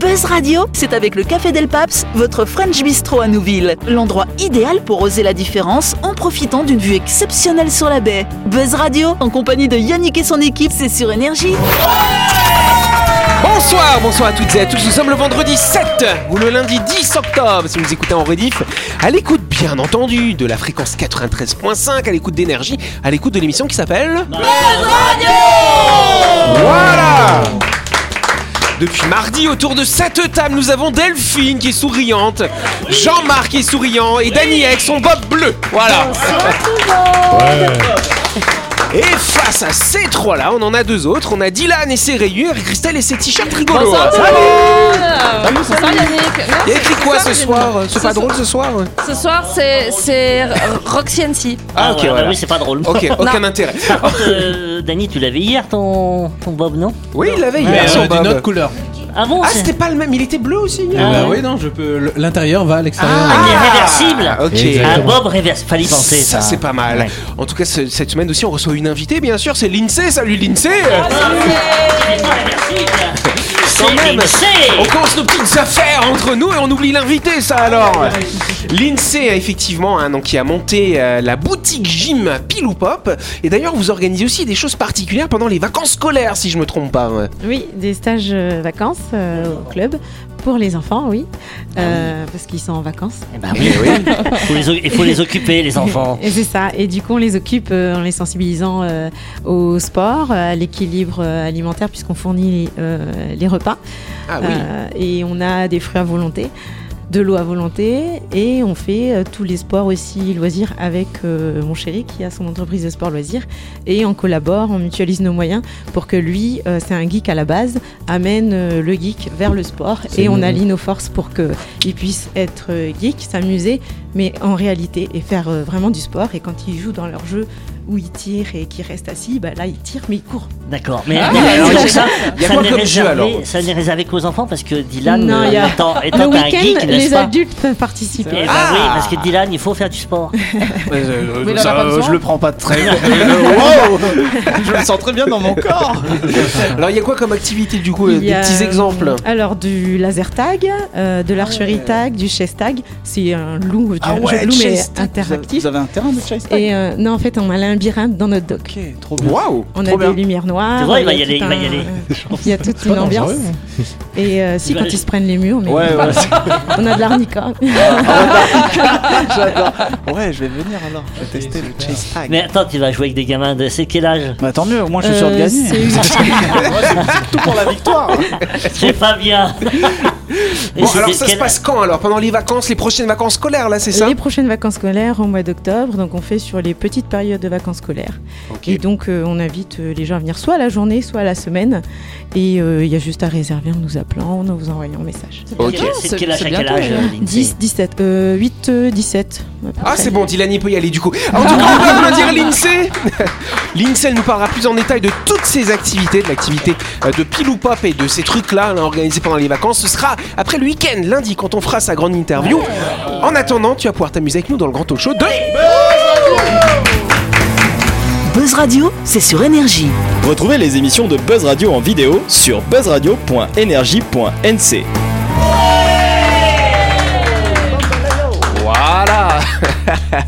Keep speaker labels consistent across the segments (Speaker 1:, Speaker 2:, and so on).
Speaker 1: Buzz Radio, c'est avec le Café Del Paps, votre French Bistro à Nouville. L'endroit idéal pour oser la différence en profitant d'une vue exceptionnelle sur la baie. Buzz Radio, en compagnie de Yannick et son équipe, c'est sur Énergie.
Speaker 2: Bonsoir, bonsoir à toutes et à tous. Nous sommes le vendredi 7 ou le lundi 10 octobre. Si vous écoutez en rediff, à l'écoute bien entendu de la fréquence 93.5, à l'écoute d'énergie, à l'écoute de l'émission qui s'appelle Voilà depuis mardi, autour de cette table, nous avons Delphine qui est souriante, Jean-Marc qui est souriant et Dany avec son bob bleu. Voilà. Et face à ces trois-là, on en a deux autres. On a Dylan et ses rayures et Christelle et ses t-shirts rigolos.
Speaker 3: Bonsoir Yannick.
Speaker 2: Il y a écrit quoi ce soir C'est pas drôle ce soir
Speaker 4: Ah,
Speaker 3: Ce soir, c'est- c'est Roxy NC.
Speaker 2: Ah, ok,
Speaker 4: ouais, bah
Speaker 2: voilà.
Speaker 4: oui, c'est pas drôle.
Speaker 2: Ok, aucun intérêt.
Speaker 4: Par contre, euh, Dany, tu l'avais hier ton, ton Bob, non
Speaker 2: Oui, il l'avait
Speaker 5: Mais
Speaker 2: hier son
Speaker 5: euh,
Speaker 2: bob.
Speaker 5: d'une autre couleur.
Speaker 4: Ah bon
Speaker 2: Ah,
Speaker 4: c'est-
Speaker 2: c'était pas le même, il était bleu aussi.
Speaker 4: Ah
Speaker 5: bah
Speaker 4: ouais.
Speaker 5: oui, non, je peux. l- L'intérieur va à l'extérieur.
Speaker 4: Ah, il est
Speaker 2: Ah,
Speaker 4: réversible
Speaker 2: ok. Ah,
Speaker 4: Un
Speaker 5: Exactement.
Speaker 4: Ah, Bob réversible. Fallait y penser, ça.
Speaker 2: Ça, c'est pas mal.
Speaker 4: Ouais.
Speaker 2: En tout cas, ce- cette semaine aussi, on reçoit une invitée, bien sûr, c'est l'INSEE. Salut l'INSEE
Speaker 3: Euh,
Speaker 4: C'est pas Eh, réversible.
Speaker 2: Quand
Speaker 4: C'est
Speaker 2: même. Oh. On
Speaker 4: lycée.
Speaker 2: commence nos petites affaires entre nous et on oublie l'invité, ça alors L'INSEE, effectivement, hein, donc, qui a monté euh, la boutique gym Pile ou Pop. Et d'ailleurs, vous organisez aussi des choses particulières pendant les vacances scolaires, si je me trompe pas. ouais.
Speaker 6: Oui, des stages euh, vacances euh, au club pour les enfants, oui, Euh, parce qu'ils sont en vacances.
Speaker 4: Eh ben oui, Faut les o- Il faut les occuper,
Speaker 7: Ah.
Speaker 4: les enfants.
Speaker 6: Et c'est ça. Et du coup, on les occupe euh, en les sensibilisant euh, au sport, euh, à l'équilibre euh, alimentaire, puisqu'on fournit euh, les repas.
Speaker 2: Ah oui
Speaker 6: Euh, et on a des fruits à volonté, de l'eau à volonté, et on fait euh, tous les sports aussi loisirs avec euh, mon chéri qui a son entreprise de sport loisirs. Et on collabore, on mutualise nos moyens pour que lui, euh, c'est un geek à la base, amène euh, le geek vers le sport et on allie nos forces pour qu'il puisse être euh, geek, s'amuser, mais en réalité et faire euh, vraiment du sport. Et quand il joue dans leur jeu où il tire et qu'il reste assis, bah là il tire mais il court.
Speaker 4: D'accord. Mais
Speaker 2: Ah,
Speaker 4: mais
Speaker 2: alors,
Speaker 4: donc
Speaker 2: c'est-
Speaker 4: ça,
Speaker 2: il y a
Speaker 4: ça
Speaker 2: quoi
Speaker 4: n'est
Speaker 2: comme jeu,
Speaker 4: réservé-
Speaker 2: alors
Speaker 4: ça n'est réservé qu'aux enfants parce que Dylan,
Speaker 6: Non,
Speaker 4: euh,
Speaker 6: il y a-
Speaker 4: étant, étant
Speaker 6: Le
Speaker 4: un
Speaker 6: week-end,
Speaker 4: geek, n'est-ce
Speaker 6: les
Speaker 4: pas
Speaker 6: adultes peuvent participer.
Speaker 4: Eh ben
Speaker 2: Ah.
Speaker 4: oui, parce que Dylan, il faut faire du sport.
Speaker 2: Ouais, euh,
Speaker 5: Oui, là, on a
Speaker 2: ça,
Speaker 5: pas
Speaker 2: euh,
Speaker 5: besoin.
Speaker 2: Je le prends pas très bien.
Speaker 5: Je me sens très bien dans mon corps.
Speaker 2: Alors, il y a quoi comme activité du coup euh,
Speaker 6: Il y
Speaker 2: Des
Speaker 6: a,
Speaker 2: petits
Speaker 6: euh,
Speaker 2: exemples
Speaker 6: Alors du laser tag, euh, de l'archerie tag, du chess tag. C'est un loup,
Speaker 5: Ah
Speaker 6: du jeu de loup, mais interactif.
Speaker 5: Vous avez un terrain de chasse
Speaker 6: Et euh, non, en fait, on a un labyrinthe dans notre dock.
Speaker 5: Ok, trop bien.
Speaker 2: Waouh
Speaker 6: On a
Speaker 5: Trop bien.
Speaker 6: des lumières noires.
Speaker 4: C'est vrai, il va y
Speaker 6: tout
Speaker 4: aller, il va y
Speaker 6: un-
Speaker 4: aller.
Speaker 6: Il y a toute une ambiance. Et euh, si,
Speaker 4: Il va
Speaker 6: quand
Speaker 4: aller.
Speaker 6: ils se prennent les murs, mais
Speaker 5: hein. Ouais, ouais,
Speaker 6: on a de l'arnica.
Speaker 5: j'adore. Ouais, je vais venir alors. Je vais tester le chase tag.
Speaker 4: Mais attends, tu vas jouer avec des gamins de. C'est quel âge
Speaker 5: Bah, tant mieux, au moins je suis sûr de
Speaker 6: Euh,
Speaker 5: gagner.
Speaker 6: c'est-
Speaker 5: Tout pour la victoire.
Speaker 4: C'est pas bien. Et
Speaker 2: Bon,
Speaker 4: c'est
Speaker 2: alors
Speaker 4: quel-
Speaker 2: ça se
Speaker 4: quel-
Speaker 2: passe quand alors Pendant les vacances, les prochaines vacances scolaires là, c'est ça
Speaker 6: Les prochaines vacances scolaires au mois d'octobre, donc on fait sur les petites périodes de vacances scolaires. Et donc euh, on invite euh, les gens à venir soit à la journée, soit à la semaine. Et euh, il y a juste à réserver en nous appelant, en vous envoyant un message.
Speaker 4: Ok, C'est quel âge à quel âge euh, Lindsay
Speaker 6: 10, 17, euh, 8, euh, 17.
Speaker 2: Ah c'est bon, Dylan il peut y aller du coup. En tout cas, on peut applaudir l'INSEE. L'INSEE elle nous parlera plus en détail de toutes ses activités, de l'activité euh, de pile ou pop et de ces trucs-là là, organisés pendant les vacances. Ce sera après le week-end, lundi, quand on fera sa grande interview. En attendant, tu vas pouvoir t'amuser avec nous dans le grand talk show de...
Speaker 1: Buzz Radio, c'est sur Énergie.
Speaker 8: Retrouvez les émissions de Buzz Radio en vidéo sur buzzradio.energie.nc.
Speaker 2: Voilà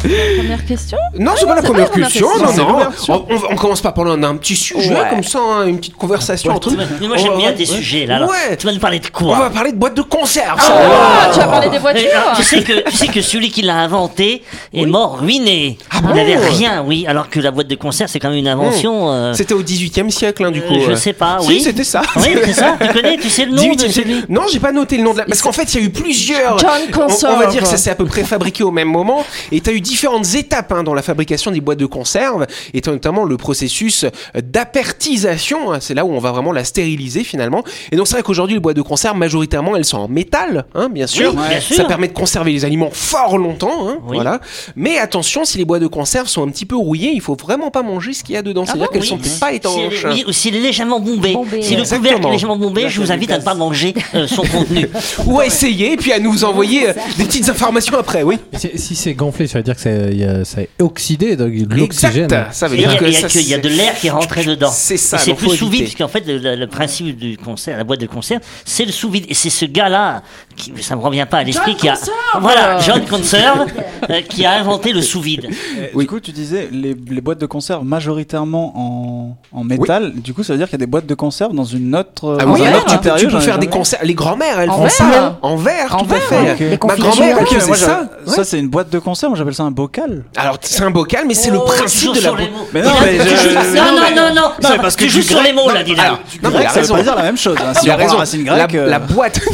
Speaker 3: Première question
Speaker 2: Ah Non, c'est pas la première
Speaker 3: première
Speaker 2: question, non,
Speaker 5: question.
Speaker 2: non.
Speaker 5: C'est
Speaker 2: On, on- on commence pas pendant un petit sujet, comme ça, hein, une petite conversation entre nous.
Speaker 4: Mais Moi j'aime
Speaker 2: Oh,
Speaker 4: bien
Speaker 2: ouais.
Speaker 4: tes sujets là. Alors,
Speaker 2: Ouais.
Speaker 4: Tu vas nous parler de
Speaker 2: On va
Speaker 4: quoi
Speaker 2: parler de boîte de conserve.
Speaker 3: Ah, Tu vas parler des
Speaker 4: Eh, alors,
Speaker 3: voitures
Speaker 4: tu, sais que, tu sais que celui qui l'a inventé est mort ruiné.
Speaker 2: Ah
Speaker 4: Il n'avait rien, oui. Alors que la boîte de concert, c'est quand même une invention. euh,
Speaker 2: C'était au 18e siècle, hein, du
Speaker 4: euh,
Speaker 2: coup.
Speaker 4: je
Speaker 2: ouais.
Speaker 4: sais pas,
Speaker 2: Si,
Speaker 4: oui.
Speaker 2: c'était ça.
Speaker 4: Oui, c'est ça. Tu connais, tu sais le nom
Speaker 2: 18e
Speaker 4: de celui.
Speaker 2: siècle. Non, j'ai pas noté le nom de la. Parce qu'en fait, il y a eu plusieurs.
Speaker 3: John
Speaker 2: on, on va
Speaker 3: Conserve.
Speaker 2: dire que ça s'est à peu près fabriqué au même moment. Et tu as eu différentes étapes hein, dans la fabrication des boîtes de conserve. Et t'as notamment le processus d'apertisation. hein, c'est là où on va vraiment la stériliser finalement. Et donc, c'est vrai qu'aujourd'hui, les boîtes de conserve, majoritairement, elles sont en métal, hein, bien sûr.
Speaker 4: Oui, bien
Speaker 2: Ça
Speaker 4: sûr.
Speaker 2: permet de conserver les aliments fort longtemps. hein,
Speaker 4: Oui.
Speaker 2: Voilà. Mais attention, si les boîtes de conserve sont un petit peu rouillées, il faut vraiment pas manger ce qu'il y a dedans. C'est-à-dire qu'elles
Speaker 4: Ah Oui,
Speaker 2: sont
Speaker 4: si-
Speaker 2: pas
Speaker 4: si
Speaker 2: étanches.
Speaker 4: elle est- oui, ou s'il est légèrement bombé.
Speaker 3: Bombé,
Speaker 4: si le
Speaker 2: Exactement.
Speaker 4: couvercle est légèrement bombé, je vous
Speaker 5: Lucas.
Speaker 4: invite à ne pas manger euh, son contenu.
Speaker 2: ou à essayer et puis à nous envoyer euh, des petites informations après, oui.
Speaker 7: Si, si c'est gonflé, ça veut dire dire que c'est- il y a- ça est oxydé, donc de l'oxygène.
Speaker 2: Exact. Ça veut
Speaker 4: Et Il y,
Speaker 2: dire
Speaker 4: a-
Speaker 2: que
Speaker 4: il y a
Speaker 2: ça,
Speaker 4: que- il y a
Speaker 2: c'est-
Speaker 4: de l'air qui est rentré dedans.
Speaker 2: C'est ça,
Speaker 4: Et C'est
Speaker 2: donc faut
Speaker 4: plus sous vide,
Speaker 2: éviter.
Speaker 4: parce qu'en fait, le, le- le principe du concert, la boîte de concert, c'est le sous vide. Et c'est ce gars-là, qui, ça me revient pas à l'esprit, qui a. Voilà, John Conserve, euh, qui a inventé le sous vide.
Speaker 2: Oui.
Speaker 5: Eh, Du coup, tu disais les, les boîtes de conserve majoritairement en, en métal. Du coup, ça veut dire qu'il y a des boîtes de conserve dans une autre.
Speaker 2: Ah
Speaker 5: dans
Speaker 2: oui,
Speaker 5: un
Speaker 2: alors
Speaker 5: autre
Speaker 2: tu peux,
Speaker 5: matériau,
Speaker 2: tu peux
Speaker 5: j'en ai
Speaker 2: faire des
Speaker 5: jamais-
Speaker 2: concerts. Les grands-mères, elles
Speaker 3: En
Speaker 2: font
Speaker 3: verre.
Speaker 2: ça. En verre,
Speaker 3: En
Speaker 2: tout à
Speaker 3: verre,
Speaker 2: fait.
Speaker 5: ouais. Les
Speaker 2: Ma
Speaker 5: confitures.
Speaker 2: grand-mère, elle
Speaker 5: Ok,
Speaker 2: faisait
Speaker 5: moi, j'avais-
Speaker 2: ça.
Speaker 5: Ça, c'est une boîte de conserve. Moi, j'appelle ça un bocal.
Speaker 2: Alors, c'est un bocal, mais c'est le
Speaker 4: Oh,
Speaker 2: principe
Speaker 4: toujours
Speaker 2: de la
Speaker 4: sur les
Speaker 2: bou-
Speaker 4: mots.
Speaker 5: Mais non,
Speaker 4: Il a-
Speaker 5: mais
Speaker 4: tu
Speaker 5: je-
Speaker 4: joues-
Speaker 5: mais
Speaker 4: non,
Speaker 5: non,
Speaker 4: non,
Speaker 5: mais-
Speaker 4: non, non,
Speaker 5: c'est parce
Speaker 4: tu
Speaker 5: que
Speaker 4: joues
Speaker 5: du
Speaker 4: sur les mots, là,
Speaker 5: Non,
Speaker 4: dis-le.
Speaker 2: alors, non, mais
Speaker 5: Grec,
Speaker 2: elle a
Speaker 5: ça veut
Speaker 2: raison.
Speaker 5: pas dire la même chose. hein. Si
Speaker 2: Il a
Speaker 5: on prend
Speaker 2: raison.
Speaker 5: la racine
Speaker 2: La,
Speaker 5: grecque. euh,
Speaker 2: la boîte,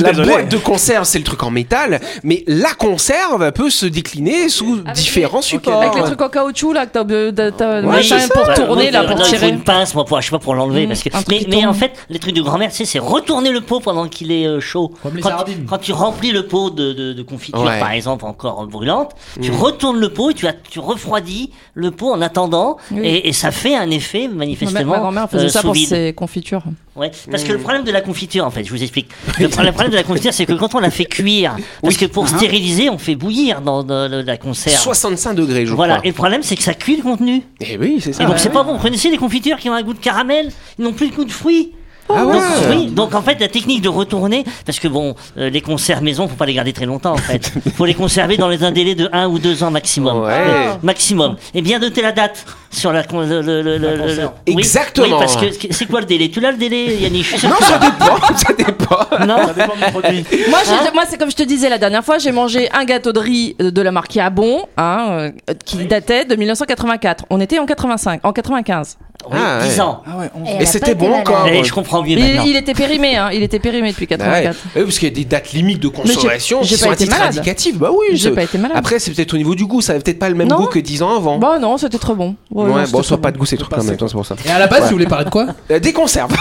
Speaker 2: la
Speaker 5: désolé.
Speaker 2: boîte de conserve, c'est le truc en métal, mais la conserve peut se décliner sous
Speaker 3: Avec
Speaker 2: différents
Speaker 3: les-
Speaker 2: supports.
Speaker 3: Avec les trucs en caoutchouc là que t'as t'as- t'as-
Speaker 4: Oui,
Speaker 3: machin
Speaker 4: c'est ça.
Speaker 3: pour
Speaker 4: Bah,
Speaker 3: tourner
Speaker 4: moi,
Speaker 3: là
Speaker 4: je-
Speaker 3: pour
Speaker 4: non, il faut
Speaker 3: tirer. Mmh.
Speaker 4: une pince, moi, pour, je sais pas, pour l'enlever. parce que...
Speaker 6: un truc
Speaker 4: mais,
Speaker 6: qui
Speaker 4: mais
Speaker 6: tombe.
Speaker 4: en fait, les trucs de grand-mère, tu sais, c'est retourner le pot pendant qu'il est euh, chaud.
Speaker 7: Comme les
Speaker 4: quand,
Speaker 7: sardines.
Speaker 4: quand tu remplis le pot de, de, de confiture,
Speaker 2: Ouais. Mmh.
Speaker 4: par exemple, encore euh, brûlante, tu retournes le pot et tu, as, tu refroidis le pot en attendant.
Speaker 3: Oui.
Speaker 4: Et, et ça fait un effet,
Speaker 3: Ma
Speaker 4: manifestement,
Speaker 3: mère- ma grand-mère
Speaker 4: euh,
Speaker 3: faisait ça
Speaker 4: sous
Speaker 3: pour
Speaker 4: vide.
Speaker 3: ses confitures.
Speaker 4: Ouais, parce
Speaker 2: Mmh.
Speaker 4: que le problème de la confiture, en fait, je vous explique. Le, pro- le problème de la confiture, c'est que quand on la fait cuire, parce que
Speaker 2: Hein.
Speaker 4: pour stériliser, on fait bouillir dans, dans le- la conserve.
Speaker 2: 65 degrés, je
Speaker 4: voilà, et
Speaker 2: crois.
Speaker 4: le problème, c'est que ça cuit le contenu.
Speaker 2: Et Ah bah oui, c'est ça.
Speaker 4: Et donc, c'est pas bon. Vous connaissez les confitures qui ont un goût de caramel Ils n'ont plus le goût de fruits
Speaker 2: Ah
Speaker 4: donc,
Speaker 2: ouais.
Speaker 4: oui, donc en fait la technique de retourner, parce que bon, euh, les conserves maison, faut pas les garder très longtemps en fait. faut les conserver dans les un délai de 1 ou 2 ans maximum.
Speaker 2: Ouais.
Speaker 4: Euh, maximum. Et bien noter la date sur la. con- le- le- le- le- le- oui,
Speaker 2: Exactement.
Speaker 4: Oui, parce que c'est quoi le délai Tu l'as le délai, Yannick Je suis sûr
Speaker 2: Non,
Speaker 4: que-
Speaker 2: ça Ah dépend, ça dépend.
Speaker 4: Non.
Speaker 3: Moi, j'ai- moi, c'est comme je te disais la dernière fois, j'ai mangé un gâteau de riz euh, de la marque Yabon, hein, euh, qui datait de 1984. On était en 85, en 95.
Speaker 4: Oui,
Speaker 2: Ah,
Speaker 4: 10
Speaker 2: ouais.
Speaker 4: ans.
Speaker 5: Ah ouais, on-
Speaker 2: Et c'était bon encore.
Speaker 4: Mais je comprends mieux
Speaker 3: Il,
Speaker 4: maintenant.
Speaker 3: il était périmé, hein, il était périmé depuis
Speaker 2: Bah ouais.
Speaker 3: 84.
Speaker 2: Oui, parce qu'il y a des dates limites de
Speaker 3: j'ai-
Speaker 2: consommation
Speaker 3: j'ai
Speaker 2: qui
Speaker 3: pas
Speaker 2: sont à
Speaker 3: été
Speaker 2: titre
Speaker 3: malade.
Speaker 2: indicatif. Bah oui,
Speaker 3: J'ai
Speaker 2: je-
Speaker 3: pas été malade.
Speaker 2: Après, c'est peut-être au niveau du goût, ça avait peut-être pas le même
Speaker 3: Non.
Speaker 2: goût que 10 ans avant.
Speaker 3: Bah non, c'était trop bon. Ouais, non,
Speaker 2: ouais,
Speaker 3: c'était
Speaker 2: bon,
Speaker 3: trop
Speaker 2: soit pas de goût, ces trucs quand même, c'est pour ça.
Speaker 7: Et à la base, tu voulais parler de quoi
Speaker 2: Euh, Des conserves.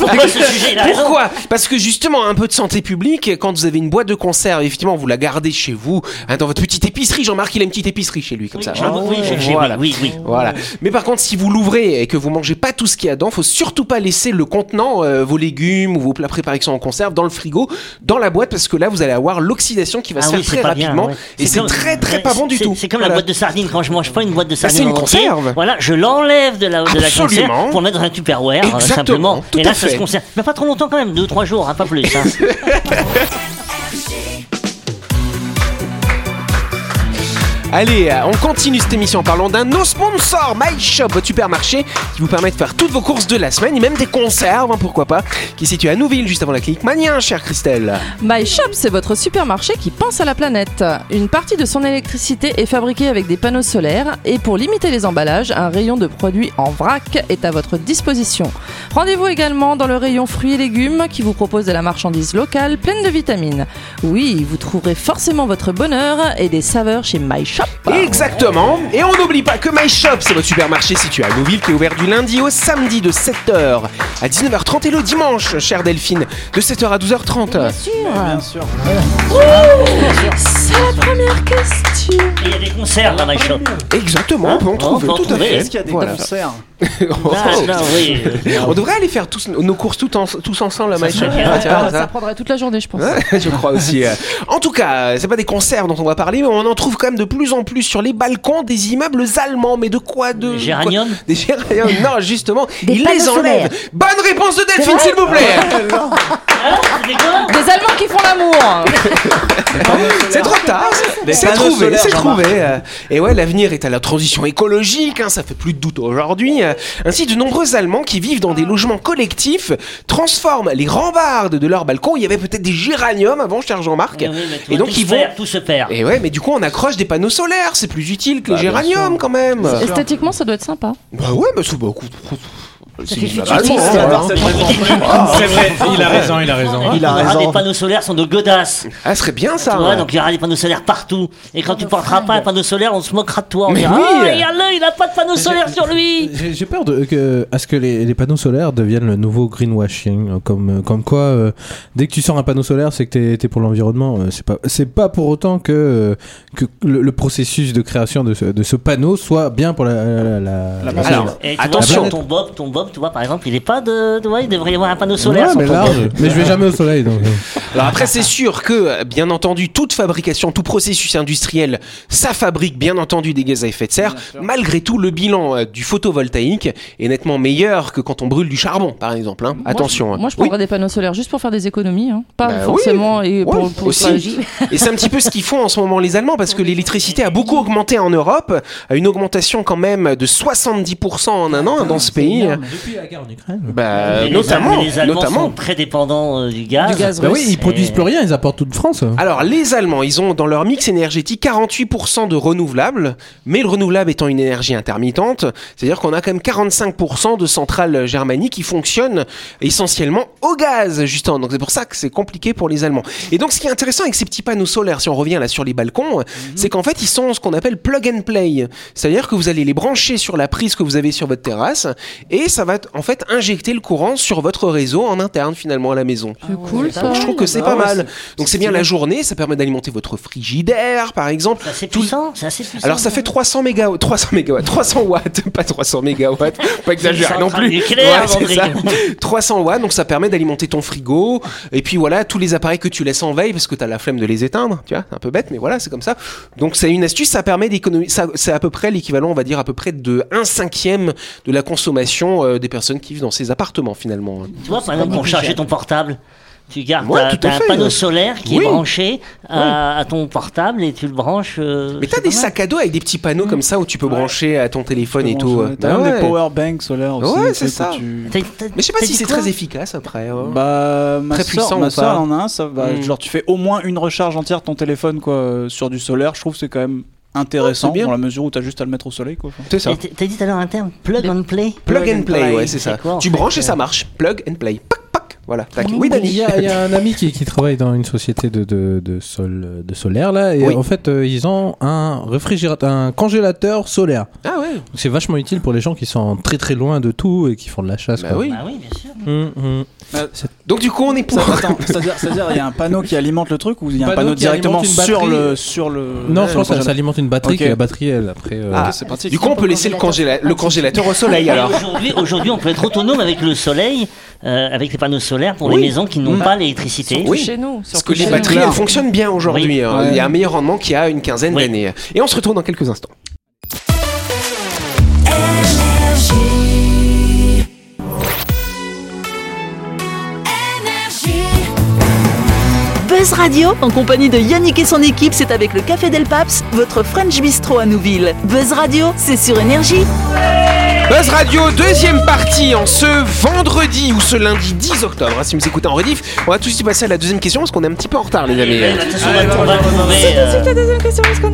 Speaker 4: Pourquoi ce sujet là
Speaker 2: Pourquoi Parce que justement, un peu de santé publique, quand vous avez une boîte de conserve, effectivement, vous la gardez chez vous, hein, dans votre petite épicerie. Jean-Marc, il a une petite épicerie chez lui, comme ça.
Speaker 4: Oui, j'ai- j'ai-
Speaker 2: Voilà.
Speaker 4: oui, oui.
Speaker 2: Voilà. Mais par contre, si vous l'ouvrez et que vous mangez pas tout ce qu'il y a dedans, faut surtout pas laisser le contenant, euh, vos légumes ou vos plats préparés qui sont en conserve, dans le frigo, dans la boîte, parce que là, vous allez avoir l'oxydation qui va
Speaker 4: Ah
Speaker 2: se
Speaker 4: oui,
Speaker 2: faire
Speaker 4: c'est
Speaker 2: Bah, très
Speaker 4: pas bien,
Speaker 2: rapidement.
Speaker 4: ouais.
Speaker 2: Et c'est
Speaker 4: comme-
Speaker 2: très très
Speaker 4: ouais,
Speaker 2: pas bon du
Speaker 4: c'est-
Speaker 2: tout.
Speaker 4: C'est comme
Speaker 2: Voilà. Bah,
Speaker 4: la boîte de sardines quand je mange pas une boîte de sardines.
Speaker 2: c'est une
Speaker 4: en entier,
Speaker 2: conserve.
Speaker 4: Voilà, je l'enlève de la, de la
Speaker 2: Absolument.
Speaker 4: conserve pour mettre dans un tupperware euh,
Speaker 2: Exactement,
Speaker 4: simplement.
Speaker 2: tout
Speaker 4: Et là,
Speaker 2: à
Speaker 4: ça
Speaker 2: fait.
Speaker 4: se conserve. Mais pas trop longtemps quand même, deux trois jours, hein, pas plus. hein.
Speaker 2: Allez, euh, on continue cette émission en parlant d'un nos sponsor, My Shop, votre supermarché qui vous permet de faire toutes vos courses de la semaine et même des conserves, hein, pourquoi pas, qui est situé à Nouville, juste avant la clinique Mania, chère Christelle.
Speaker 3: My Shop, c'est votre supermarché qui pense à la planète. Une partie de son électricité est fabriquée avec des panneaux solaires et pour limiter les emballages, un rayon de produits en vrac est à votre disposition. Rendez-vous également dans le rayon fruits et légumes qui vous propose de la marchandise locale pleine de vitamines. Oui, vous trouverez forcément votre bonheur et des saveurs chez My Shop.
Speaker 2: Exactement. Et on n'oublie pas que My Shop, c'est votre supermarché situé à Nouville qui est ouvert du lundi au samedi de 7h à 19h30 et le dimanche, chère Delphine, de 7h à 12h30.
Speaker 5: Bien sûr.
Speaker 3: C'est la première question.
Speaker 4: Et Il y a des conserves dans ma shop.
Speaker 2: Exactement, on peut en
Speaker 4: Ah,
Speaker 2: trouver,
Speaker 4: on peut en
Speaker 2: tout à
Speaker 4: trouver.
Speaker 2: fait.
Speaker 4: Est-ce
Speaker 5: qu'il y a des
Speaker 2: Eh, Voilà.
Speaker 5: concerts
Speaker 2: Oh.
Speaker 4: Ah, non, oui.
Speaker 2: On devrait aller faire tous, nos courses tout en- tous ensemble à My Shop.
Speaker 4: serait bien.
Speaker 2: Ah, tiens,
Speaker 3: Ah,
Speaker 2: ça.
Speaker 3: ça prendrait toute la journée, je pense.
Speaker 2: Ouais, je crois aussi. euh. En tout cas, euh, c'est pas des conserves dont on va parler, mais on en trouve quand même de plus en plus sur les balcons des immeubles allemands. Mais de quoi de
Speaker 4: Des géraniums
Speaker 2: quoi- Des géraniums Non, justement,
Speaker 9: Des
Speaker 2: ils les
Speaker 9: panneaux
Speaker 2: enlèvent.
Speaker 9: solaires.
Speaker 2: Bonne réponse de Delphine, s'il vous plaît.
Speaker 4: Des quoi
Speaker 3: Des Allemands qui font l'amour.
Speaker 2: C'est trop tard.
Speaker 5: Des
Speaker 2: C'est
Speaker 5: panneaux
Speaker 2: trouvé,
Speaker 5: solaires,
Speaker 2: c'est
Speaker 5: Jean-Marc.
Speaker 2: trouvé. euh. Et ouais, l'avenir est à la transition écologique, hein, ça fait plus de doute aujourd'hui. euh. Ainsi, de nombreux Allemands qui vivent dans des logements collectifs transforment les rambardes de leurs balcons. Il y avait peut-être des géraniums avant, cher Jean-Marc.
Speaker 4: Eh Oui, oui, mais tu
Speaker 2: Et
Speaker 4: vois,
Speaker 2: donc,
Speaker 4: tout
Speaker 2: ils
Speaker 4: se
Speaker 2: vont
Speaker 4: perd, Tout se perd.
Speaker 2: Et ouais, mais du coup, on accroche des panneaux solaires, c'est plus utile que les
Speaker 5: Bah, bien
Speaker 2: géraniums
Speaker 5: sûr.
Speaker 2: quand même.
Speaker 3: Esthétiquement, ça doit être sympa.
Speaker 2: Bah ouais, bah c'est beaucoup. C'est Ah,
Speaker 4: fait
Speaker 2: du
Speaker 4: futuriste,
Speaker 2: ballon,
Speaker 4: alors,
Speaker 2: voilà.
Speaker 7: C'est vrai, il a raison, il a raison.
Speaker 5: Il a
Speaker 4: Il y aura
Speaker 5: raison.
Speaker 4: Des Ah, panneaux solaires sont de godasses.
Speaker 2: Ah, ce serait bien
Speaker 4: Tu
Speaker 2: ça.
Speaker 4: vois,
Speaker 2: ouais.
Speaker 4: donc il y aura des panneaux solaires partout. Et quand tu porteras pas un panneau solaire, on se moquera de toi. On
Speaker 2: Mais
Speaker 4: dira,
Speaker 2: oui.
Speaker 4: Ah, regarde-le, il a pas de panneau solaire sur lui.
Speaker 7: J'ai j'ai peur de, que, à ce que les, les panneaux solaires deviennent le nouveau greenwashing, euh, comme, euh, comme quoi euh, dès que tu sors un panneau solaire, c'est que t'es es pour l'environnement. euh, C'est pas, c'est pas pour autant que, euh, que le, le processus de création de ce, de ce panneau soit bien pour la. la- la- la-
Speaker 5: La planète.
Speaker 2: Alors,
Speaker 4: Et tu vois,
Speaker 2: attention.
Speaker 4: ton Bob, ton Bob, Bob, tu vois, par exemple, il est pas de. Tu vois, il devrait y avoir un panneau solaire
Speaker 7: Ouais,
Speaker 4: sur
Speaker 7: mais
Speaker 4: ton
Speaker 7: large.
Speaker 4: Bob.
Speaker 7: Mais je vais jamais au soleil donc. euh.
Speaker 2: Alors après, c'est sûr que, bien entendu, toute fabrication, tout processus industriel, ça fabrique bien entendu des gaz à effet de serre. Malgré tout, le bilan euh, du photovoltaïque est nettement meilleur que quand on brûle du charbon, par exemple. hein. Attention.
Speaker 3: Moi, je, moi, je
Speaker 2: Oui.
Speaker 3: prendrais des panneaux solaires juste pour faire des économies, hein. pas
Speaker 2: Bah oui.
Speaker 3: forcément et pour,
Speaker 2: Ouais,
Speaker 3: pour-
Speaker 2: aussi.
Speaker 3: pour- j'y-
Speaker 2: Et c'est un petit peu ce qu'ils font en ce moment les Allemands parce que l'électricité a beaucoup augmenté en Europe, à une augmentation quand même de 70% en un an dans ce pays.
Speaker 7: Depuis la guerre en Ukraine.
Speaker 2: Bah,
Speaker 4: Mais les-
Speaker 2: notamment,
Speaker 4: mais les Allemands
Speaker 2: notamment.
Speaker 4: sont très dépendants euh, du gaz.
Speaker 3: Du gaz
Speaker 7: Bah
Speaker 3: russe.
Speaker 7: oui, ils produisent plus rien, ils apportent toute France.
Speaker 2: Alors les Allemands, ils ont dans leur mix énergétique 48% de renouvelables, mais le renouvelable étant une énergie intermittente, c'est-à-dire qu'on a quand même 45% de centrales germaniques qui fonctionnent essentiellement au gaz, justement. Donc c'est pour ça que c'est compliqué pour les Allemands. Et donc ce qui est intéressant avec ces petits panneaux solaires, si on revient là sur les balcons, c'est qu'en fait ils sont ce qu'on appelle plug and play, c'est-à-dire que vous allez les brancher sur la prise que vous avez sur votre terrasse et ça va en fait injecter le courant sur votre réseau en interne finalement à la maison.
Speaker 3: C'est cool ça.
Speaker 2: Donc, je trouve que c'est
Speaker 5: Ah
Speaker 2: pas
Speaker 5: ouais,
Speaker 2: mal. Donc c'est bien la journée, ça permet d'alimenter votre frigidaire par exemple.
Speaker 4: Bah, C'est assez
Speaker 2: Tout-
Speaker 4: puissant, c'est assez puissant.
Speaker 2: Alors ça fait 300 mégawatts, 300 mégawatts, 300 watts, pas 300 mégawatts, pas exagérer non
Speaker 4: centrale
Speaker 2: plus.
Speaker 4: nucléaire,
Speaker 2: c'est ça.
Speaker 4: Vendredi.
Speaker 2: 300 watts, donc ça permet d'alimenter ton frigo. Et puis voilà, tous les appareils que tu laisses en veille parce que t'as la flemme de les éteindre, tu vois, c'est un peu bête, mais voilà, c'est comme ça. Donc c'est une astuce, ça permet d'économiser, ça- c'est à peu près l'équivalent, on va dire à peu près de 1 cinquième de la consommation euh, des personnes qui vivent dans ces appartements finalement. hein.
Speaker 4: Tu vois, par exemple, pour charger ton portable, tu gardes
Speaker 2: Ouais,
Speaker 4: ta-
Speaker 2: tout à
Speaker 4: t'as un
Speaker 2: fait.
Speaker 4: panneau solaire qui
Speaker 2: Oui.
Speaker 4: est branché à, à ton portable et tu le branches. euh,
Speaker 2: Mais
Speaker 4: c'est
Speaker 2: t'as des
Speaker 4: pas mal.
Speaker 2: sacs à dos avec des petits panneaux comme ça où tu peux brancher à ton téléphone et tout.
Speaker 5: T'as
Speaker 2: Ah
Speaker 5: même
Speaker 2: ouais.
Speaker 5: des power banks solaires aussi.
Speaker 2: Ouais,
Speaker 5: tu sais,
Speaker 2: c'est ça.
Speaker 5: que tu-
Speaker 4: T'as- t'as-
Speaker 2: Mais je sais pas
Speaker 4: t'as
Speaker 2: si
Speaker 4: dit
Speaker 2: c'est
Speaker 4: quoi
Speaker 2: très efficace après. hein.
Speaker 5: Bah, ma
Speaker 2: Très
Speaker 5: soeur,
Speaker 2: puissant ou
Speaker 5: ma
Speaker 2: pas
Speaker 5: soeur, elle en a un, ça va.
Speaker 2: Mm.
Speaker 5: Genre, tu fais au moins une recharge entière de ton téléphone, quoi, euh, sur du solaire. Je trouve que c'est quand même intéressant
Speaker 2: Ouais, c'est bien.
Speaker 5: dans la mesure où t'as juste à le mettre au soleil, quoi. Enfin,
Speaker 2: C'est ça.
Speaker 4: Et t'as- T'as dit tout à l'heure un terme, plug and play.
Speaker 2: Plug and play, ouais, c'est
Speaker 4: C'est
Speaker 2: ça.
Speaker 4: quoi, en
Speaker 2: Tu
Speaker 4: fait,
Speaker 2: branches et
Speaker 4: euh,
Speaker 2: ça marche. Plug and play. Pac, pac. Voilà. Tac. Oui,
Speaker 7: Il
Speaker 2: Dani.
Speaker 7: y, a, il y a un ami qui, qui travaille dans une société de, de, de, sol, de solaire là, et
Speaker 2: Oui.
Speaker 7: en fait euh, ils ont un réfrigérateur, un congélateur solaire.
Speaker 2: Ah ouais.
Speaker 7: Donc C'est vachement utile pour les gens qui sont très très loin de tout et qui font de la chasse.
Speaker 2: Bah
Speaker 7: quoi.
Speaker 2: oui.
Speaker 4: Bah oui, bien sûr.
Speaker 7: Hum, hum.
Speaker 2: Donc du coup, on est pour.
Speaker 5: ça- attends, c'est-à-dire, c'est-à-dire, il y a un panneau qui alimente le truc ou il y a un
Speaker 7: Panneau
Speaker 5: panneau
Speaker 7: qui alimente
Speaker 5: directement
Speaker 7: une
Speaker 5: sur
Speaker 7: batterie.
Speaker 5: le, sur le.
Speaker 7: Non,
Speaker 5: le
Speaker 7: je pense que ça, ça
Speaker 5: congélateur.
Speaker 7: alimente une batterie
Speaker 5: Ok.
Speaker 7: et la batterie elle après. euh,
Speaker 2: Ah.
Speaker 5: C'est pratique.
Speaker 2: Du coup, on peut laisser le, congéla- le congélateur au soleil
Speaker 4: Et
Speaker 2: alors.
Speaker 4: Aujourd'hui, aujourd'hui, on peut être autonome avec le soleil, euh, avec les panneaux solaires pour
Speaker 2: Oui. Mm.
Speaker 4: les maisons qui n'ont pas l'électricité.
Speaker 2: Oui.
Speaker 3: Chez nous.
Speaker 2: Parce
Speaker 3: surtout
Speaker 2: que
Speaker 3: chez
Speaker 2: les
Speaker 3: nous.
Speaker 2: batteries, elles fonctionnent bien aujourd'hui.
Speaker 4: Oui.
Speaker 2: hein. Il y a un meilleur rendement qu'il y a une quinzaine
Speaker 4: Oui.
Speaker 2: d'années. Et on se retrouve dans quelques instants.
Speaker 1: Buzz Radio, en compagnie de Yannick et son équipe, c'est avec le Café Del Paps, votre French Bistro à Nouville. Buzz Radio, c'est sur Énergie.
Speaker 2: Buzz Radio, deuxième partie en ce vendredi ou ce lundi 10 octobre. hein, Si vous écoutez en rediff, on va tout de suite passer à la deuxième question parce qu'on est un petit peu en retard, les amis.
Speaker 4: Et euh, attention, on va- on va trouver, euh, on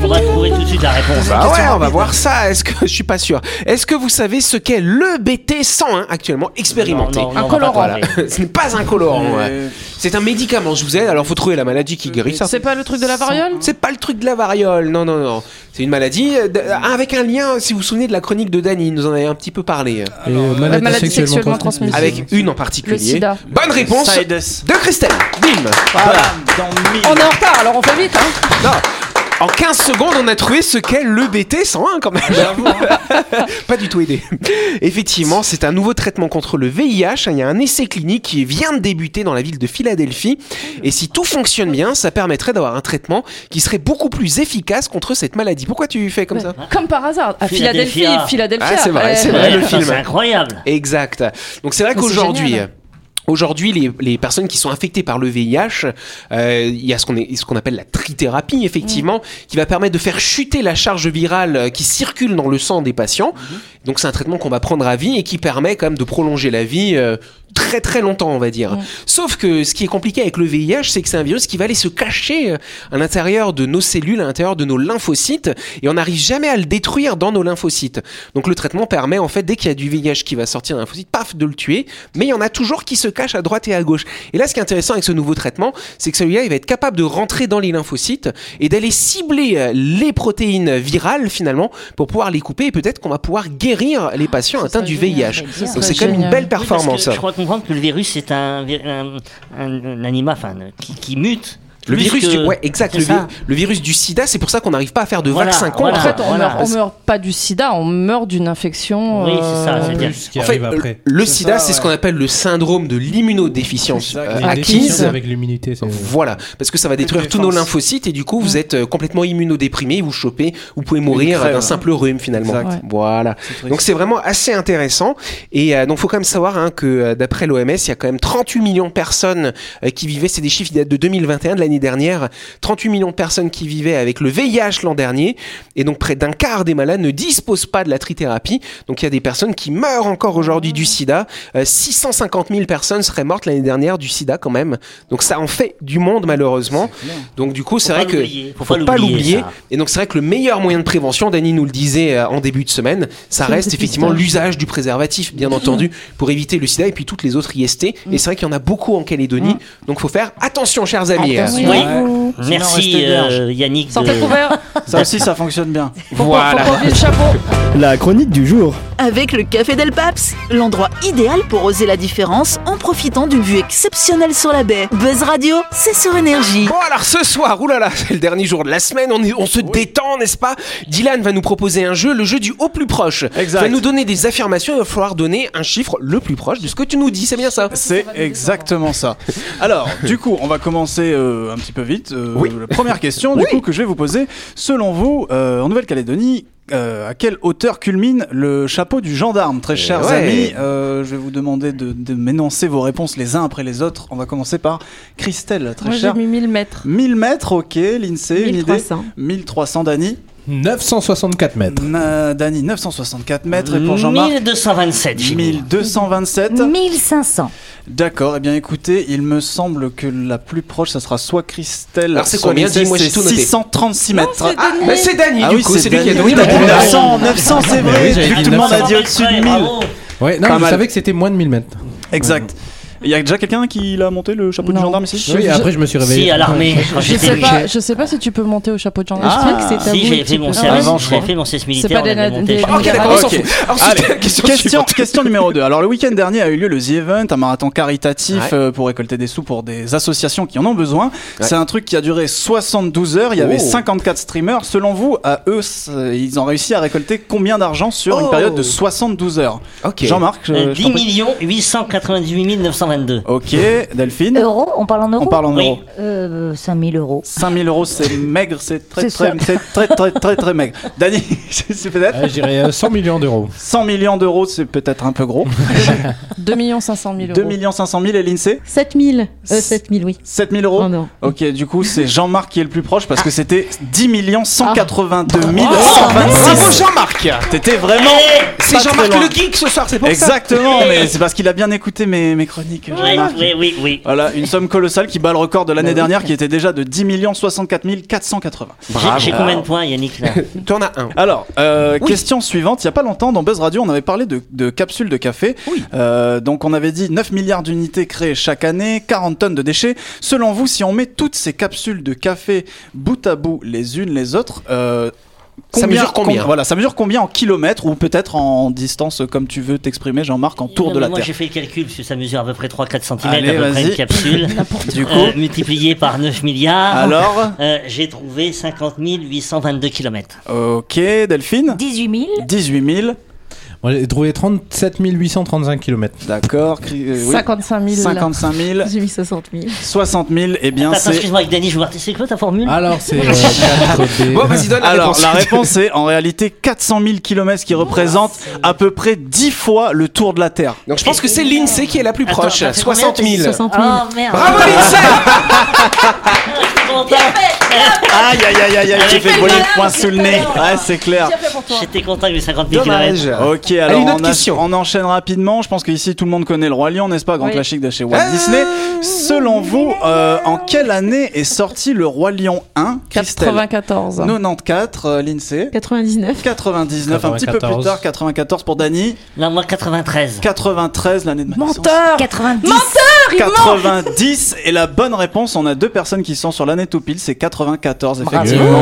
Speaker 4: va trouver tout de suite la réponse. hein.
Speaker 2: Bah ouais, on va voir ça. Est-ce que je suis pas sûr Est-ce que vous savez ce qu'est le BT101 actuellement expérimenté
Speaker 4: Non, non, non, on va pas
Speaker 3: colorant.
Speaker 4: trouver.
Speaker 2: Ce n'est pas un colorant.
Speaker 5: Euh,
Speaker 2: ouais. C'est un médicament. Je vous aide. Alors, faut trouver la maladie qui guérit ça.
Speaker 3: C'est pas le truc de la variole
Speaker 2: C'est pas le truc de la variole, non, non, non. C'est une maladie euh, d- avec un lien, si vous vous souvenez de la chronique de Dany, il nous en avait un petit peu parlé. euh,
Speaker 7: et, euh, maladie
Speaker 3: maladie
Speaker 7: sexuellement,
Speaker 3: sexuellement
Speaker 7: transmissible.
Speaker 3: transmissible.
Speaker 2: Avec une en
Speaker 3: Le
Speaker 2: particulier.
Speaker 3: sida.
Speaker 2: Bonne réponse
Speaker 5: Side
Speaker 2: de
Speaker 5: us.
Speaker 2: Christelle. Bim. Voilà.
Speaker 5: Bam, dans mille.
Speaker 3: On est en retard, alors on fait vite. Hein.
Speaker 2: Non. En 15 secondes, on a trouvé ce qu'est le BT101 quand même. pas du tout aidé. Effectivement, c'est un nouveau traitement contre le VIH. hein. Il y a un essai clinique qui vient de débuter dans la ville de Philadelphie. Et si tout fonctionne bien, ça permettrait d'avoir un traitement qui serait beaucoup plus efficace contre cette maladie. Pourquoi tu fais comme ça
Speaker 3: Comme par hasard, à Philadelphie,
Speaker 4: Philadelphia.
Speaker 3: Philadelphia.
Speaker 2: Ah, c'est vrai,
Speaker 3: ouais.
Speaker 2: c'est vrai.
Speaker 4: Ouais,
Speaker 2: le
Speaker 4: putain,
Speaker 2: film.
Speaker 4: C'est incroyable.
Speaker 2: Exact. Donc c'est vrai
Speaker 3: Mais c'est
Speaker 2: qu'aujourd'hui.
Speaker 3: génial.
Speaker 2: Aujourd'hui, les, les personnes qui sont infectées par le VIH, euh, il y a ce qu'on est- ce qu'on appelle la trithérapie, effectivement, qui va permettre de faire chuter la charge virale euh, qui circule dans le sang des patients. Donc c'est un traitement qu'on va prendre à vie et qui permet quand même de prolonger la vie euh, très très longtemps, on va dire. Sauf que ce qui est compliqué avec le VIH, c'est que c'est un virus qui va aller se cacher euh, à l'intérieur de nos cellules, à l'intérieur de nos lymphocytes, et on n'arrive jamais à le détruire dans nos lymphocytes. Donc le traitement permet, en fait, dès qu'il y a du VIH qui va sortir d'un lymphocyte, paf, de le tuer, mais il y en a toujours qui se cachent à droite et à gauche. Et là, ce qui est intéressant avec ce nouveau traitement, c'est que celui-là, il va être capable de rentrer dans les lymphocytes et d'aller cibler euh, les protéines virales, finalement, pour pouvoir les couper, et peut-être qu'on va pouvoir guérir les
Speaker 4: Ah,
Speaker 2: patients atteints du VIH. Donc c'est quand même une
Speaker 3: génial.
Speaker 2: belle
Speaker 4: Oui, parce que
Speaker 2: performance.
Speaker 4: je crois comprendre que le virus c'est un, vi- un, un- un animal enfin, euh, qui, qui mute.
Speaker 2: Le
Speaker 4: plus
Speaker 2: virus,
Speaker 4: que-
Speaker 2: du... ouais, exact.
Speaker 4: C'est
Speaker 2: Le, vi-
Speaker 4: ça.
Speaker 2: le virus du sida, c'est pour ça qu'on n'arrive pas à faire de
Speaker 4: Voilà,
Speaker 2: vaccin
Speaker 4: voilà.
Speaker 2: contre.
Speaker 3: Eh, En fait, on,
Speaker 4: voilà.
Speaker 3: meurt, on meurt pas du sida, on meurt d'une infection. euh,
Speaker 4: Oui, c'est ça, c'est-à-dire-
Speaker 3: plus.
Speaker 7: Ce qui
Speaker 2: En fait,
Speaker 7: arrive
Speaker 2: le-
Speaker 7: après.
Speaker 2: le
Speaker 5: C'est
Speaker 2: sida,
Speaker 5: ça,
Speaker 2: c'est ce
Speaker 5: ouais.
Speaker 2: qu'on appelle le syndrome de l'immunodéficience
Speaker 5: Exact.
Speaker 2: euh,
Speaker 7: Une déficience
Speaker 2: acquise.
Speaker 7: avec l'immunité. c'est-
Speaker 2: Voilà, parce que ça va détruire tous nos
Speaker 5: défense.
Speaker 2: lymphocytes et du coup vous êtes euh, complètement immunodéprimé, vous chopez, vous pouvez mourir
Speaker 5: crève.
Speaker 2: d'un simple rhume finalement.
Speaker 5: Exact.
Speaker 3: Ouais.
Speaker 2: Voilà. Donc c'est vraiment assez intéressant et euh, donc faut quand même savoir hein, que euh, d'après l'OMS, il y a quand même 38 millions de personnes euh, qui vivaient, c'est des chiffres qui datent de 2021 de l'année dernière, 38 millions de personnes qui vivaient avec le VIH l'an dernier et donc près d'un quart des malades ne disposent pas de la trithérapie. Donc il y a des personnes qui meurent encore aujourd'hui du sida. Euh, 650 000 personnes seraient mortes l'année dernière du sida quand même. Donc ça en fait du monde malheureusement. Donc du coup c'est
Speaker 4: pas
Speaker 2: vrai que
Speaker 4: l'oublier, faut
Speaker 2: faut
Speaker 4: pas
Speaker 2: pas
Speaker 4: l'oublier,
Speaker 2: l'oublier.
Speaker 4: ça.
Speaker 2: Et donc c'est vrai que le meilleur moyen de prévention, Dany nous le disait euh, en début de semaine, ça
Speaker 6: C'est une
Speaker 2: reste
Speaker 6: petite
Speaker 2: effectivement
Speaker 6: histoire.
Speaker 2: l'usage du préservatif bien entendu pour éviter le sida et puis toutes les autres IST. Et c'est vrai qu'il y en a beaucoup en Calédonie. Donc faut faire attention chers amis.
Speaker 5: Attention.
Speaker 4: Oui.
Speaker 5: Ouais. Sinon,
Speaker 4: Merci
Speaker 5: restez vierge.
Speaker 4: euh, Yannick.
Speaker 3: Sortez
Speaker 4: de-
Speaker 3: couverts,
Speaker 5: Ça aussi, ça fonctionne bien.
Speaker 3: faut pas- faut
Speaker 2: Voilà.
Speaker 3: pas oublier le chapeau.
Speaker 8: La chronique du jour.
Speaker 1: Avec le Café Del Paps, l'endroit idéal pour oser la différence en profitant d'une vue exceptionnelle sur la baie. Buzz Radio, c'est sur énergie.
Speaker 2: Euh, Bon alors ce soir, oulala, c'est le dernier jour de la semaine, on, est- on se détend, n'est-ce pas Dylan va nous proposer un jeu, le jeu du au plus proche.
Speaker 5: Exact.
Speaker 2: Il va nous donner des affirmations, il va falloir donner un chiffre le plus proche de ce que tu nous dis, c'est bien ça
Speaker 5: C'est exactement ça. Alors, du coup, on va commencer euh, un petit peu vite. Euh, La première question, du coup, que je vais vous poser. Selon vous, euh, en Nouvelle-Calédonie, euh, à quelle hauteur culmine le chapeau du gendarme Très chers
Speaker 2: ouais.
Speaker 5: amis, euh, je vais vous demander de, de m'énoncer vos réponses les uns après les autres. On va commencer par Christelle, très
Speaker 3: Moi j'ai
Speaker 5: chère.
Speaker 3: mis 1000 mètres.
Speaker 5: 1000 mètres, ok, l'INSEE, une idée
Speaker 6: 1300.
Speaker 5: 1300, Dani.
Speaker 7: 964 mètres.
Speaker 5: Na- Dani, 964 mètres. Et pour Jean-Marc,
Speaker 4: 1227, j'ai mis.
Speaker 5: 1227.
Speaker 9: 1500.
Speaker 5: D'accord, eh bien écoutez, il me semble que la plus proche, ça sera soit Christelle.
Speaker 2: Alors, c'est
Speaker 5: soit
Speaker 2: combien
Speaker 5: Lindsay,
Speaker 2: Dis-moi, j'ai
Speaker 5: c'est
Speaker 2: tout noté.
Speaker 5: 636 mètres.
Speaker 2: Ah, bah, c'est Dany
Speaker 5: Ah
Speaker 2: du
Speaker 5: oui,
Speaker 2: coup, c'est lui qui a
Speaker 5: Dani.
Speaker 2: donné
Speaker 5: Oui, t'as dit
Speaker 2: la Ah bonne
Speaker 5: 900, 900 c'est
Speaker 7: Mais
Speaker 5: vrai,
Speaker 7: oui, j'avais
Speaker 5: vu que
Speaker 7: dit
Speaker 5: tout le monde a
Speaker 7: 900.
Speaker 5: dit au-dessus de 1000.
Speaker 4: Bravo.
Speaker 7: Ouais, non,
Speaker 5: Pas
Speaker 7: mais je
Speaker 5: mal.
Speaker 7: savais que c'était moins de 1000 mètres.
Speaker 5: Exact. Il y a déjà quelqu'un qui l'a monté le chapeau du
Speaker 3: Non.
Speaker 5: gendarme ici
Speaker 7: Oui, après je me suis réveillé.
Speaker 4: Si, à l'armée, quand
Speaker 3: Je
Speaker 4: j'étais
Speaker 3: sais,
Speaker 4: petit.
Speaker 3: pas, je sais pas si tu peux monter au chapeau de gendarme.
Speaker 5: Ah.
Speaker 6: Je crois que c'est tabou.
Speaker 4: Si,
Speaker 6: un
Speaker 4: j'avais
Speaker 6: petit
Speaker 4: fait mon
Speaker 6: peu.
Speaker 4: service,
Speaker 5: avant, je
Speaker 4: j'avais
Speaker 5: crois.
Speaker 4: fait mon service
Speaker 3: pas
Speaker 4: militaire, on
Speaker 3: des na-
Speaker 4: avait monté.
Speaker 3: des-
Speaker 2: Ah,
Speaker 3: Ah,
Speaker 2: Ok, d'accord, on s'en fout. Alors,
Speaker 5: Allez,
Speaker 2: c'était la question
Speaker 5: question,
Speaker 2: suivante.
Speaker 5: question numéro 2. Alors, le week-end dernier a eu lieu le The Event, un marathon caritatif
Speaker 2: Ouais.
Speaker 5: euh, pour récolter des sous pour des associations qui en ont besoin. C'est un truc qui a duré 72 heures. Il y avait
Speaker 2: Oh.
Speaker 5: 54 streamers. Selon vous, à eux, c'est- ils ont réussi à récolter combien d'argent sur
Speaker 2: Oh.
Speaker 5: une période de 72 heures
Speaker 2: Ok.
Speaker 5: Jean-Marc,
Speaker 4: Euh,
Speaker 5: je- je
Speaker 4: 10
Speaker 5: t'en prie.
Speaker 4: 898 922.
Speaker 5: Ok, Delphine.
Speaker 9: Euros, on parle en euros
Speaker 5: On parle en
Speaker 4: Oui.
Speaker 5: euros.
Speaker 9: Euh, 5000 euros.
Speaker 5: 5000 euros, c'est maigre, c'est
Speaker 9: C'est
Speaker 5: très très,
Speaker 9: ça.
Speaker 5: c'est très très très très maigre. Dani, c'est peut-être
Speaker 7: Je dirais euh, 100 millions d'euros.
Speaker 5: 100 millions d'euros, c'est peut-être un peu gros.
Speaker 3: 2 500 000 euros.
Speaker 5: 2 500 000 et l'INSEE
Speaker 6: 7000. Euh, 7000, oui.
Speaker 5: 7 000 euros
Speaker 6: Oh non.
Speaker 5: Ok, du coup, c'est Jean-Marc qui est le plus proche parce que c'était 10 182
Speaker 2: Ah. Oh, Bravo
Speaker 5: 126.
Speaker 2: Jean-Marc
Speaker 5: T'étais vraiment.
Speaker 2: C'est
Speaker 5: pas très
Speaker 2: Jean-Marc
Speaker 5: loin.
Speaker 2: le geek ce soir, c'est pour ça
Speaker 5: Exactement, mais c'est parce qu'il a bien écouté mes, mes chroniques.
Speaker 4: Oui,
Speaker 5: Jean-Marc.
Speaker 4: oui, oui, oui.
Speaker 5: Voilà, une somme colossale qui bat le record de
Speaker 2: Bah
Speaker 5: l'année dernière qui était déjà de 10 64 480.
Speaker 4: J'ai- J'ai combien de points, Yannick là
Speaker 2: Tu en as un.
Speaker 5: Alors, euh,
Speaker 2: Oui.
Speaker 5: question suivante. Il n'y a pas longtemps, dans Buzz Radio, on avait parlé de, de capsules de café.
Speaker 2: Oui.
Speaker 5: Euh, donc, on avait dit 9 milliards d'unités créées chaque année, 40 tonnes de déchets. Selon vous, si on met toutes ces capsules de café bout à bout, les unes les autres, euh,
Speaker 2: Ça mesure combien
Speaker 5: Voilà, ça mesure combien en kilomètres ou peut-être en distance, comme tu veux t'exprimer, Jean-Marc, en tour
Speaker 4: Non,
Speaker 5: de
Speaker 4: mais
Speaker 5: la
Speaker 4: moi,
Speaker 5: Terre
Speaker 4: j'ai fait le calcul, parce que ça mesure à peu près 3-4 cm,
Speaker 5: Allez,
Speaker 4: à peu près
Speaker 5: vas-y.
Speaker 4: une capsule.
Speaker 5: Du coup,
Speaker 4: Euh, multiplié par 9 milliards.
Speaker 5: alors,
Speaker 4: Euh, J'ai trouvé 50 822 km.
Speaker 5: ok, Delphine
Speaker 9: 18 000.
Speaker 5: 18 000,
Speaker 7: Moi j'ai trouvé 37 835 km.
Speaker 5: d'accord. cri- euh, oui.
Speaker 3: 55 000.
Speaker 5: 55 000,
Speaker 6: J'ai mis 60 000.
Speaker 5: 60 000, et eh bien
Speaker 4: Attends,
Speaker 5: c'est. Ah.
Speaker 4: excuse-moi, avec Danny, je vais voir, c'est quoi ta formule
Speaker 7: Alors c'est. euh, 4 des-
Speaker 2: Bon, vas-y, donne la
Speaker 5: Alors,
Speaker 2: réponse.
Speaker 5: la réponse est en réalité 400 000 km, ce qui représente à peu près 10 fois le tour de la Terre.
Speaker 2: Donc, je pense que c'est l'INSEE qui est la plus
Speaker 4: Attends, Ah,
Speaker 2: proche.
Speaker 4: t'as fait combien
Speaker 2: 60 000.
Speaker 6: 60 000.
Speaker 9: Oh merde.
Speaker 2: Bravo l'INSEE
Speaker 5: Aïe, aïe, aïe, aïe, aïe, j'ai
Speaker 4: Avec
Speaker 5: fait
Speaker 4: le
Speaker 5: voler le point sous le nez. Ouais, c'est clair.
Speaker 4: J'étais content avec mes 50 000 km.
Speaker 2: Dommage.
Speaker 5: Ok, alors
Speaker 2: Allez, une autre
Speaker 5: on, en-
Speaker 2: question.
Speaker 5: on enchaîne rapidement. Je pense qu'ici tout le monde connaît le Roi Lion, n'est-ce pas Grand
Speaker 3: Oui.
Speaker 5: classique de chez Walt
Speaker 2: Ah.
Speaker 5: Disney. Selon vous, euh, en quelle année est sorti le Roi Lion 1 Christelle
Speaker 3: 94.
Speaker 5: 94, euh, l'INSEE.
Speaker 6: 99.
Speaker 5: 99, un petit peu plus
Speaker 7: 94.
Speaker 5: tard, 94 pour Dany.
Speaker 4: Non, moi, 93.
Speaker 5: 93, l'année de ma naissance.
Speaker 3: Menteur
Speaker 9: 90.
Speaker 5: 90 et la bonne réponse, on a deux personnes qui sont sur l'année tout pile, c'est
Speaker 7: Ah,
Speaker 2: Oh.
Speaker 5: 94 effectivement.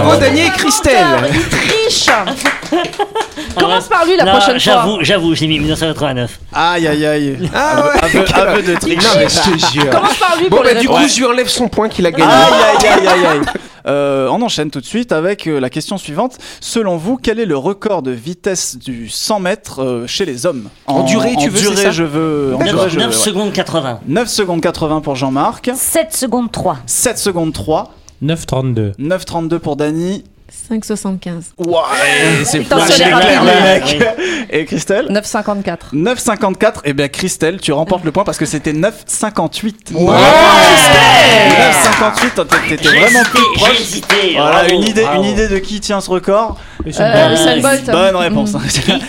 Speaker 2: Bravo Daniel et Christelle.
Speaker 3: Triche Commence par lui la
Speaker 4: Non,
Speaker 3: prochaine fois.
Speaker 4: J'avoue, j'avoue, j'ai mis 1989.
Speaker 5: Aïe aïe aïe.
Speaker 2: Ah ouais
Speaker 5: Aveu, aveu de triche.
Speaker 2: Non, mais je te jure.
Speaker 3: Commence par lui
Speaker 2: Bon,
Speaker 3: pour
Speaker 2: bah,
Speaker 3: les
Speaker 2: du
Speaker 3: réponses.
Speaker 2: coup, je lui enlève son point qu'il a gagné.
Speaker 5: Aïe, aïe, aïe, aïe, aïe. Euh, on enchaîne tout de suite avec euh, la question suivante. Selon vous, quel est le record de vitesse du 100 mètres euh, chez les hommes
Speaker 2: En durée, tu veux,
Speaker 5: durée,
Speaker 2: c'est ça
Speaker 5: je veux. En
Speaker 4: 9,
Speaker 5: durée, je veux, ouais.
Speaker 4: secondes 80.
Speaker 5: 9 secondes 80 pour Jean-Marc,
Speaker 9: 7 secondes 3.
Speaker 5: 7 secondes 3,
Speaker 7: 9,32.
Speaker 5: 9,32 pour Dany.
Speaker 6: 5,75.
Speaker 5: Ouais, c'est
Speaker 3: Putain,
Speaker 5: flash,
Speaker 3: c'est
Speaker 5: c'est
Speaker 3: rapide,
Speaker 5: clair, le
Speaker 4: ouais.
Speaker 5: mec. Et Christelle
Speaker 3: 9,54.
Speaker 5: 9,54, et eh bien Christelle, tu remportes le point parce que c'était 9,58. Ouais, 9,58, t'étais- t'étais
Speaker 4: J'ai
Speaker 5: vraiment
Speaker 4: hésité,
Speaker 5: plus
Speaker 4: j'ai
Speaker 5: proche.
Speaker 4: hésité.
Speaker 5: Voilà,
Speaker 4: bravo,
Speaker 5: une idée,
Speaker 4: bravo.
Speaker 5: une idée de qui tient ce record
Speaker 3: Euh, Usain
Speaker 4: Euh,
Speaker 3: Bolt. Mmh. Mm.
Speaker 5: Bonne réponse.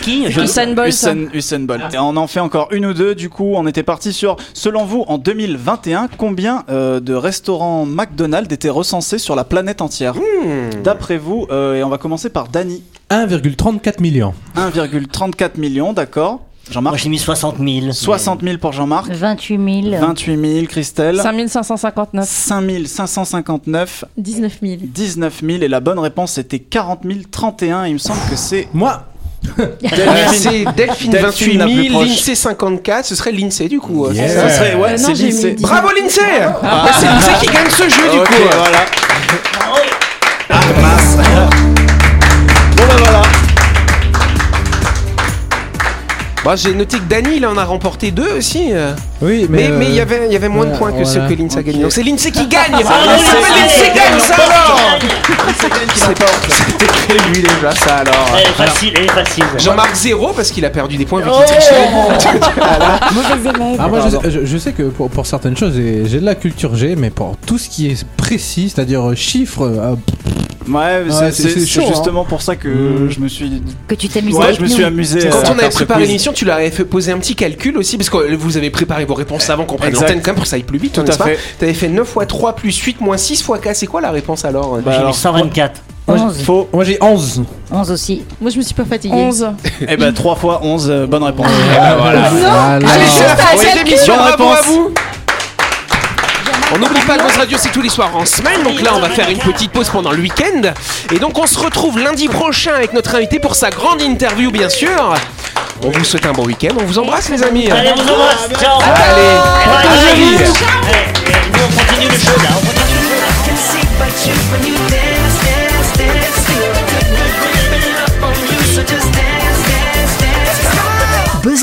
Speaker 4: Qui, qui Je-
Speaker 3: Usain Bolt.
Speaker 5: Usain, Usain Bolt. Et on en fait encore une ou deux. Du coup, on était parti sur, selon vous, en 2021, combien euh, de restaurants McDonald's étaient recensés sur la planète entière
Speaker 4: Hmm.
Speaker 5: D'après vous, euh, et on va commencer par Dany.
Speaker 7: 1,34 millions.
Speaker 5: 1,34 million, d'accord.
Speaker 4: Moi
Speaker 5: Jean-Marc
Speaker 4: j'ai mis 60 000.
Speaker 5: 60 000 pour Jean-Marc.
Speaker 9: 28 000.
Speaker 5: 28 000, Christelle.
Speaker 3: 5559.
Speaker 5: 5 559,
Speaker 6: 19 000.
Speaker 5: 19 000 et la bonne réponse c'était 40 031 il me semble que c'est
Speaker 7: Moi
Speaker 2: Ouais, C'est Delphine
Speaker 5: Delphine, la
Speaker 2: 28
Speaker 5: plus
Speaker 2: 000,
Speaker 5: proche.
Speaker 2: l'INSEE 54, ce serait l'INSEE du coup.
Speaker 7: Yeah.
Speaker 5: Ça serait- ouais,
Speaker 6: Euh, non,
Speaker 5: c'est
Speaker 6: j'ai
Speaker 5: lycée.
Speaker 6: mis dix.
Speaker 2: Bravo l'INSEE Bah, C'est l'INSEE qui gagne ce jeu du
Speaker 5: Ok,
Speaker 2: coup. hein.
Speaker 5: voilà.
Speaker 4: Ah oui.
Speaker 5: Bon bah voilà.
Speaker 2: Bah, J'ai noté que Dany, il en a remporté deux aussi. euh.
Speaker 7: Oui,
Speaker 2: Mais
Speaker 7: mais. euh,
Speaker 2: mais il y avait il y avait moins de
Speaker 7: voilà,
Speaker 2: points que ceux
Speaker 7: voilà.
Speaker 2: que l'INSEE a gagnés.
Speaker 5: euh, Ok. Ah,
Speaker 2: Donc c'est l'INSEE qui gagne On
Speaker 4: Bravo,
Speaker 2: s'appelle
Speaker 4: l'INSEE.
Speaker 2: l'INSEE gagne Eh, ça alors
Speaker 5: C'est pas
Speaker 2: C'était créé lui déjà ça alors
Speaker 4: Elle est facile, elle est facile.
Speaker 2: Jean-Marc zéro parce qu'il a perdu des points vu qu'il trichait.
Speaker 9: Mauvais élève.
Speaker 7: Ah, moi, je sais, je- je sais que pour, pour certaines choses, j'ai j'ai de la culture G, mais pour tout ce qui est précis, c'est-à-dire euh, chiffres, euh,
Speaker 5: Ouais, mais
Speaker 7: Ah,
Speaker 5: c'est-
Speaker 7: c'est-
Speaker 5: c'est
Speaker 7: c'est
Speaker 5: c'est
Speaker 7: chaud,
Speaker 5: justement pour ça que
Speaker 7: Mm.
Speaker 5: je me suis
Speaker 9: Que tu t'amuses
Speaker 5: Ouais,
Speaker 9: avec
Speaker 5: je me
Speaker 9: nous.
Speaker 5: suis amusé euh,
Speaker 2: Quand
Speaker 5: à
Speaker 2: on avait
Speaker 5: faire ce
Speaker 2: préparé
Speaker 5: quiz.
Speaker 2: l'émission, tu l'avais fait poser un petit calcul aussi, parce que vous avez préparé vos réponses avant qu'on prenne
Speaker 5: Exact.
Speaker 2: l'antenne, quand même, pour que ça aille plus vite,
Speaker 5: Tout à
Speaker 2: n'est-ce pas
Speaker 5: fait.
Speaker 2: T'avais fait 9 x 3 plus 8 moins 6 x 4, c'est quoi la réponse alors
Speaker 5: Bah,
Speaker 4: J'ai mis
Speaker 5: alors,
Speaker 4: 124.
Speaker 9: 11.
Speaker 5: Faux.
Speaker 7: moi j'ai 11.
Speaker 9: 11 aussi.
Speaker 6: Moi, je me suis pas fatiguée.
Speaker 3: 11.
Speaker 5: Eh ben 3 fois 11 euh, bonne réponse.
Speaker 9: Ah,
Speaker 7: Voilà.
Speaker 2: Allez, c'est la fin de l'émission,
Speaker 5: Bonne
Speaker 2: bravo à
Speaker 5: réponse.
Speaker 2: vous on n'oublie pas Grosse Radio, c'est tous les soirs en semaine. Donc là, on va faire une petite pause pendant le week-end. Et donc, on se retrouve lundi prochain avec notre invité pour sa grande interview, bien sûr. On vous souhaite un bon week-end. On vous embrasse, les amis.
Speaker 4: Allez, on vous embrasse. Ciao.
Speaker 2: Allez.
Speaker 4: Allez, nous on continue le show là. On continue.
Speaker 1: Buzz